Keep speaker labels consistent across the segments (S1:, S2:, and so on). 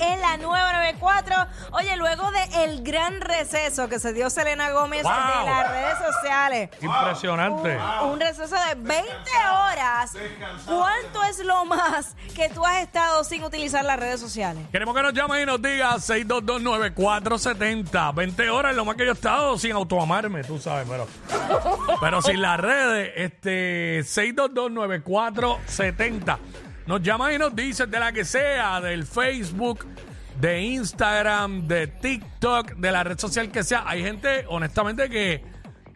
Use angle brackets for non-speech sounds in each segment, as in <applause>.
S1: en la 994. Oye, luego de el gran receso que se dio Selena Gómez
S2: Wow.
S1: de las redes sociales.
S2: Impresionante.
S1: Un receso de 20 horas. ¿Cuánto es lo más que tú has estado sin utilizar las redes sociales?
S2: Queremos que nos llamen y nos diga 6229470. 20 horas, lo más que yo he estado sin autoamarme, tú sabes, pero. pero sin las redes, este 6229470. Nos llaman y nos dicen de la que sea, del Facebook, de Instagram, de TikTok, de la red social que sea. Hay gente, honestamente, que,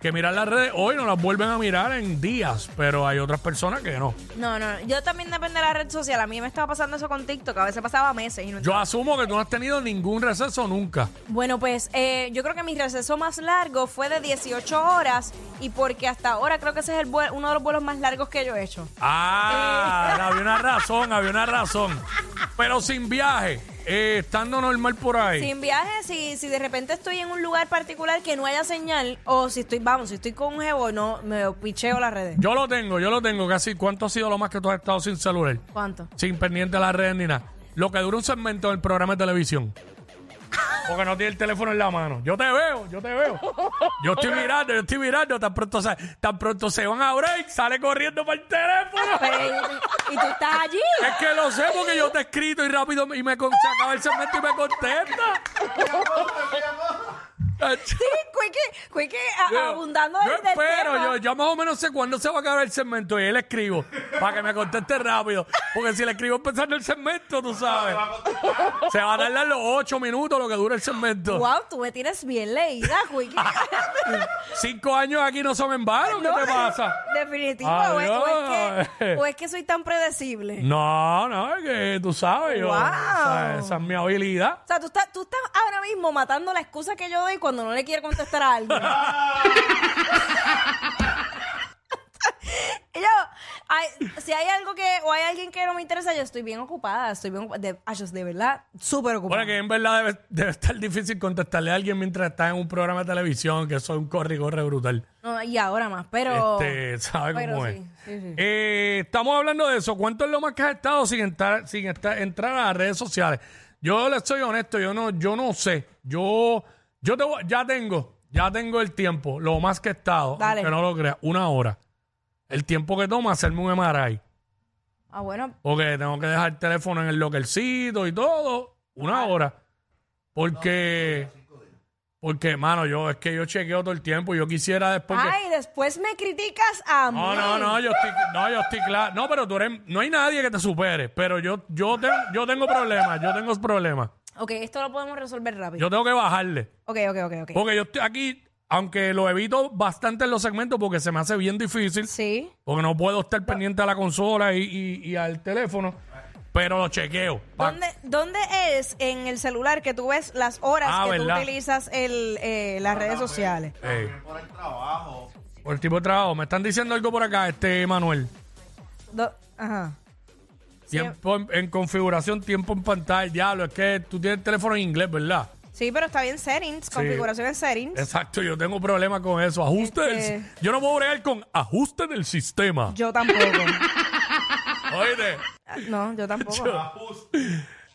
S2: que mirar las redes hoy no las vuelven a mirar en días, pero hay otras personas que no.
S1: No, no, yo también depende de la red social. A mí me estaba pasando eso con TikTok. A veces pasaba meses y no
S2: Yo asumo que tú no has tenido ningún receso nunca.
S1: Bueno, pues eh, yo creo que mi receso más largo fue de 18 horas y porque hasta ahora creo que ese es el vuel- uno de los vuelos más largos que yo he hecho.
S2: Ah, había una razón, había una razón. Pero sin viaje, eh, estando normal por ahí.
S1: Sin viaje, si, si de repente estoy en un lugar particular que no haya señal, o si estoy, vamos, si estoy con un jevo, no, me picheo las redes.
S2: Yo lo tengo, yo lo tengo casi. ¿Cuánto ha sido lo más que tú has estado sin celular?
S1: ¿Cuánto?
S2: Sin pendiente a las redes ni nada. Lo que dura un segmento del programa de televisión. Porque no tiene el teléfono en la mano. Yo te veo, yo te veo. Yo estoy mirando, yo estoy mirando. Tan pronto se, tan pronto se van a break, sale corriendo para el teléfono.
S1: Pero, y, y tú estás allí.
S2: Es que lo sé porque yo te he escrito y rápido y me con- se acaba el segmento y me contesta. Ach,
S1: Sí, Quickie, Quickie, a-
S2: yo-
S1: abundando
S2: yo
S1: del- del
S2: espero,
S1: tema.
S2: yo, yo más o menos sé cuándo se va a acabar el segmento y él escribo para que me conteste rápido. Porque si le escribo empezando el segmento, tú sabes, se va a tardar los ocho minutos lo que dura el segmento.
S1: Wow, tú me tienes bien leída,
S2: <laughs>
S1: Quickie.
S2: Cinco años aquí no son en vano, ¿qué te pasa?
S1: Definitivo,
S2: Adiós.
S1: o es, o es que, o es que soy tan predecible.
S2: No, no, es que tú sabes, yo,
S1: Wow.
S2: esa- esa es mi habilidad.
S1: O sea, tú estás, tú estás ahora mismo matando la excusa que yo doy cuando no le quiero contestar a alguien. Y <laughs> yo, ay, si hay algo que, o hay alguien que no me interesa, yo estoy bien ocupada, estoy bien ocupada, de, ay, yo de verdad, súper ocupada.
S2: Bueno, que en verdad debe, debe estar difícil contestarle a alguien mientras está en un programa de televisión, que eso es un corre y corre brutal.
S1: No, y ahora más, pero...
S2: este, ¿sabe
S1: pero
S2: cómo
S1: sí,
S2: es?
S1: sí, sí.
S2: Eh, estamos hablando de eso. ¿Cuánto es lo más que has estado sin entrar, sin estar- entrar a las redes sociales? Yo le soy honesto, yo no, yo no sé. Yo, yo te voy- ya tengo, ya tengo el tiempo, lo más que he estado,
S1: Dale.
S2: aunque no lo creas, una hora. El tiempo que toma hacerme un MRI.
S1: Ah, bueno,
S2: Porque tengo que dejar el teléfono en el lockercito y todo.
S1: Ah.
S2: Una hora. Porque. Porque, mano, yo es que yo chequeo todo el tiempo. y Yo quisiera después. que-
S1: ay, después me criticas a mí.
S2: no, no, no, yo estoy, no, yo estoy claro. No, pero tú eres. No hay nadie que te supere. Pero yo, yo, tengo, yo tengo problemas. Yo tengo problemas.
S1: Ok, esto lo podemos resolver rápido.
S2: Yo tengo que bajarle.
S1: Ok, ok, ok, ok.
S2: Porque yo estoy aquí, aunque lo evito bastante en los segmentos porque se me hace bien difícil.
S1: Sí.
S2: Porque no puedo estar pendiente a la consola y, y- y al teléfono. Pero lo chequeo. pa-
S1: ¿Dónde, ¿Dónde es en el celular que tú ves las horas
S2: Ah,
S1: que
S2: ¿verdad? Ah,
S1: tú utilizas el, eh, las redes sociales?
S2: Ey.
S3: por el trabajo.
S2: Por el tipo de trabajo. Me están diciendo algo por acá, este Manuel.
S1: Do- Ajá.
S2: Tiempo en, en configuración, tiempo en pantalla. Diablo, es que tú tienes el teléfono en inglés, ¿verdad?
S1: Sí, pero está bien settings, configuración en settings.
S2: Exacto, yo tengo problemas con eso. Ajuste del si-
S1: Este-
S2: Yo no puedo bregar con ajuste del sistema.
S1: Yo
S2: <laughs>
S1: tampoco.
S3: <laughs>
S2: Oíste.
S1: no, yo tampoco.
S2: Yo-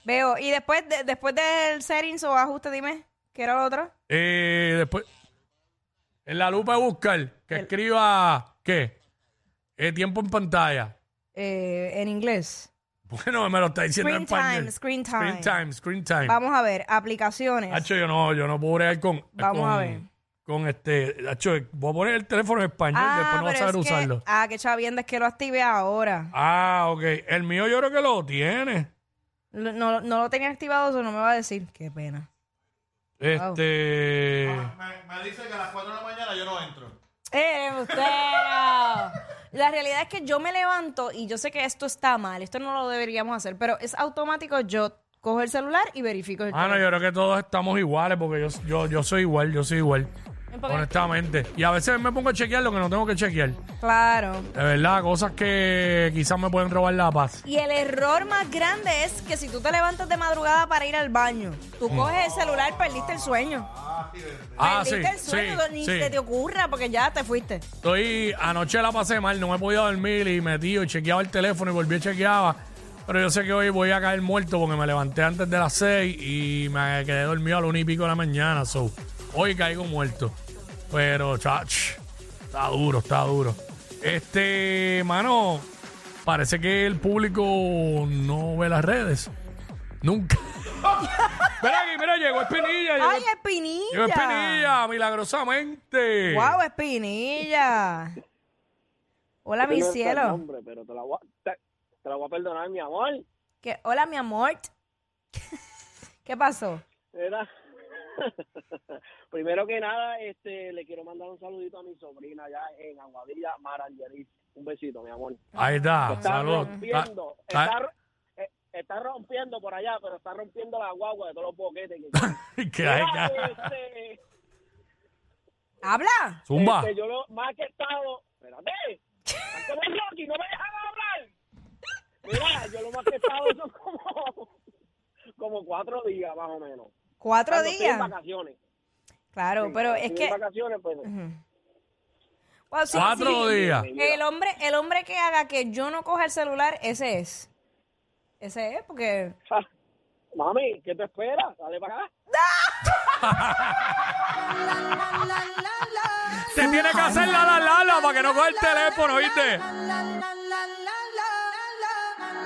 S1: Veo. Y después de- después del settings o ajuste, dime, ¿qué era lo otro?
S2: Eh, después. En la lupa de buscar, que escriba. ¿Qué? Eh, tiempo en pantalla. <laughs>
S1: Eh, en inglés.
S2: Bueno, me lo está diciendo en
S1: Screen
S2: español.
S1: time, screen time.
S2: Screen time, screen time.
S1: Vamos a ver, aplicaciones.
S2: Hacho, yo no, yo no puedo bregar con.
S1: Vamos
S2: con,
S1: a ver.
S2: Con este. Hacho, voy a poner el teléfono en español, después
S1: ah,
S2: no voy a
S1: pero
S2: saber
S1: es que-
S2: usarlo.
S1: ah, qué chavienda, es que lo active ahora.
S2: Ah, ok. El mío yo creo que lo tiene.
S1: Lo- No, no lo tenía activado, eso no me va a decir. Qué pena.
S2: Este.
S1: Ah.
S3: Me, me dice que a las 4 de la mañana yo no entro.
S1: ¡Eh, embustero! La realidad es que yo me levanto y yo sé que esto está mal, esto no lo deberíamos hacer, pero es automático yo cojo el celular y verifico el
S2: Ah, no, yo creo que todos estamos iguales porque yo, yo, yo soy igual, yo soy igual.
S1: Porque-
S2: Honestamente. Y a veces me pongo a chequear lo que no tengo que chequear.
S1: Claro.
S2: De verdad, cosas que quizás me pueden robar la paz.
S1: Y el error más grande es que si tú te levantas de madrugada para ir al baño, tú coges el celular, perdiste el sueño.
S2: Mm. Ah, sí,
S1: perdiste el sueño,
S2: sí,
S1: ni
S2: sí.
S1: se te ocurra porque ya te fuiste.
S2: Estoy, anoche la pasé mal, no me podía dormir y metido y chequeaba el teléfono y volví a chequeaba. Pero yo sé que hoy voy a caer muerto porque me levanté antes de las 6 y me quedé dormido a la una y pico de la mañana. So, hoy caigo muerto. Pero, chach, está duro, está duro. Este, mano, parece que el público no ve las redes. Nunca. <laughs> mira aquí, mira, llegó Espinilla. Llegó,
S1: ¡Ay,
S2: llegó
S1: Espinilla!
S2: Espinilla, milagrosamente.
S1: ¡Wow, Espinilla! Hola, mi
S4: No sé el
S1: cielo.
S4: nombre, pero te la, voy a, te, te la voy a perdonar, mi amor.
S1: Que- Hola, mi amor. <laughs> ¿Qué pasó?
S4: Era- <laughs> Primero que nada, este, le quiero mandar un saludito a mi sobrina allá en Aguadilla, Marangeriz. Un besito, mi amor.
S2: Ahí está,
S4: Está
S2: saludos.
S4: rompiendo.
S2: Está-
S4: Está, ro- eh, está rompiendo por allá, pero está rompiendo la guagua de todos los boquetes. que-
S2: <laughs> está- que hay
S4: Mira,
S2: que-
S4: este,
S1: ¡Habla!
S2: Zumba.
S4: este, yo lo más que he estado. Espérate. estás Como el Rocky, no me dejan hablar. Mira, yo lo más que he estado son como, como cuatro días, más o menos.
S1: ¿Cuatro
S4: Cuando estoy en
S1: días?
S4: vacaciones.
S1: Claro, pero es
S4: Estoy
S1: que...
S4: en vacaciones, pues.
S1: Wow, sí,
S2: Cuatro
S1: sí.
S2: días.
S1: El hombre, el hombre que haga que yo no coja el celular, ese es. Ese es, porque...
S4: Ja, Mami, ¿qué te espera? Dale para acá.
S2: Te tiene que hacer la la la la para que no coja el teléfono, ¿viste?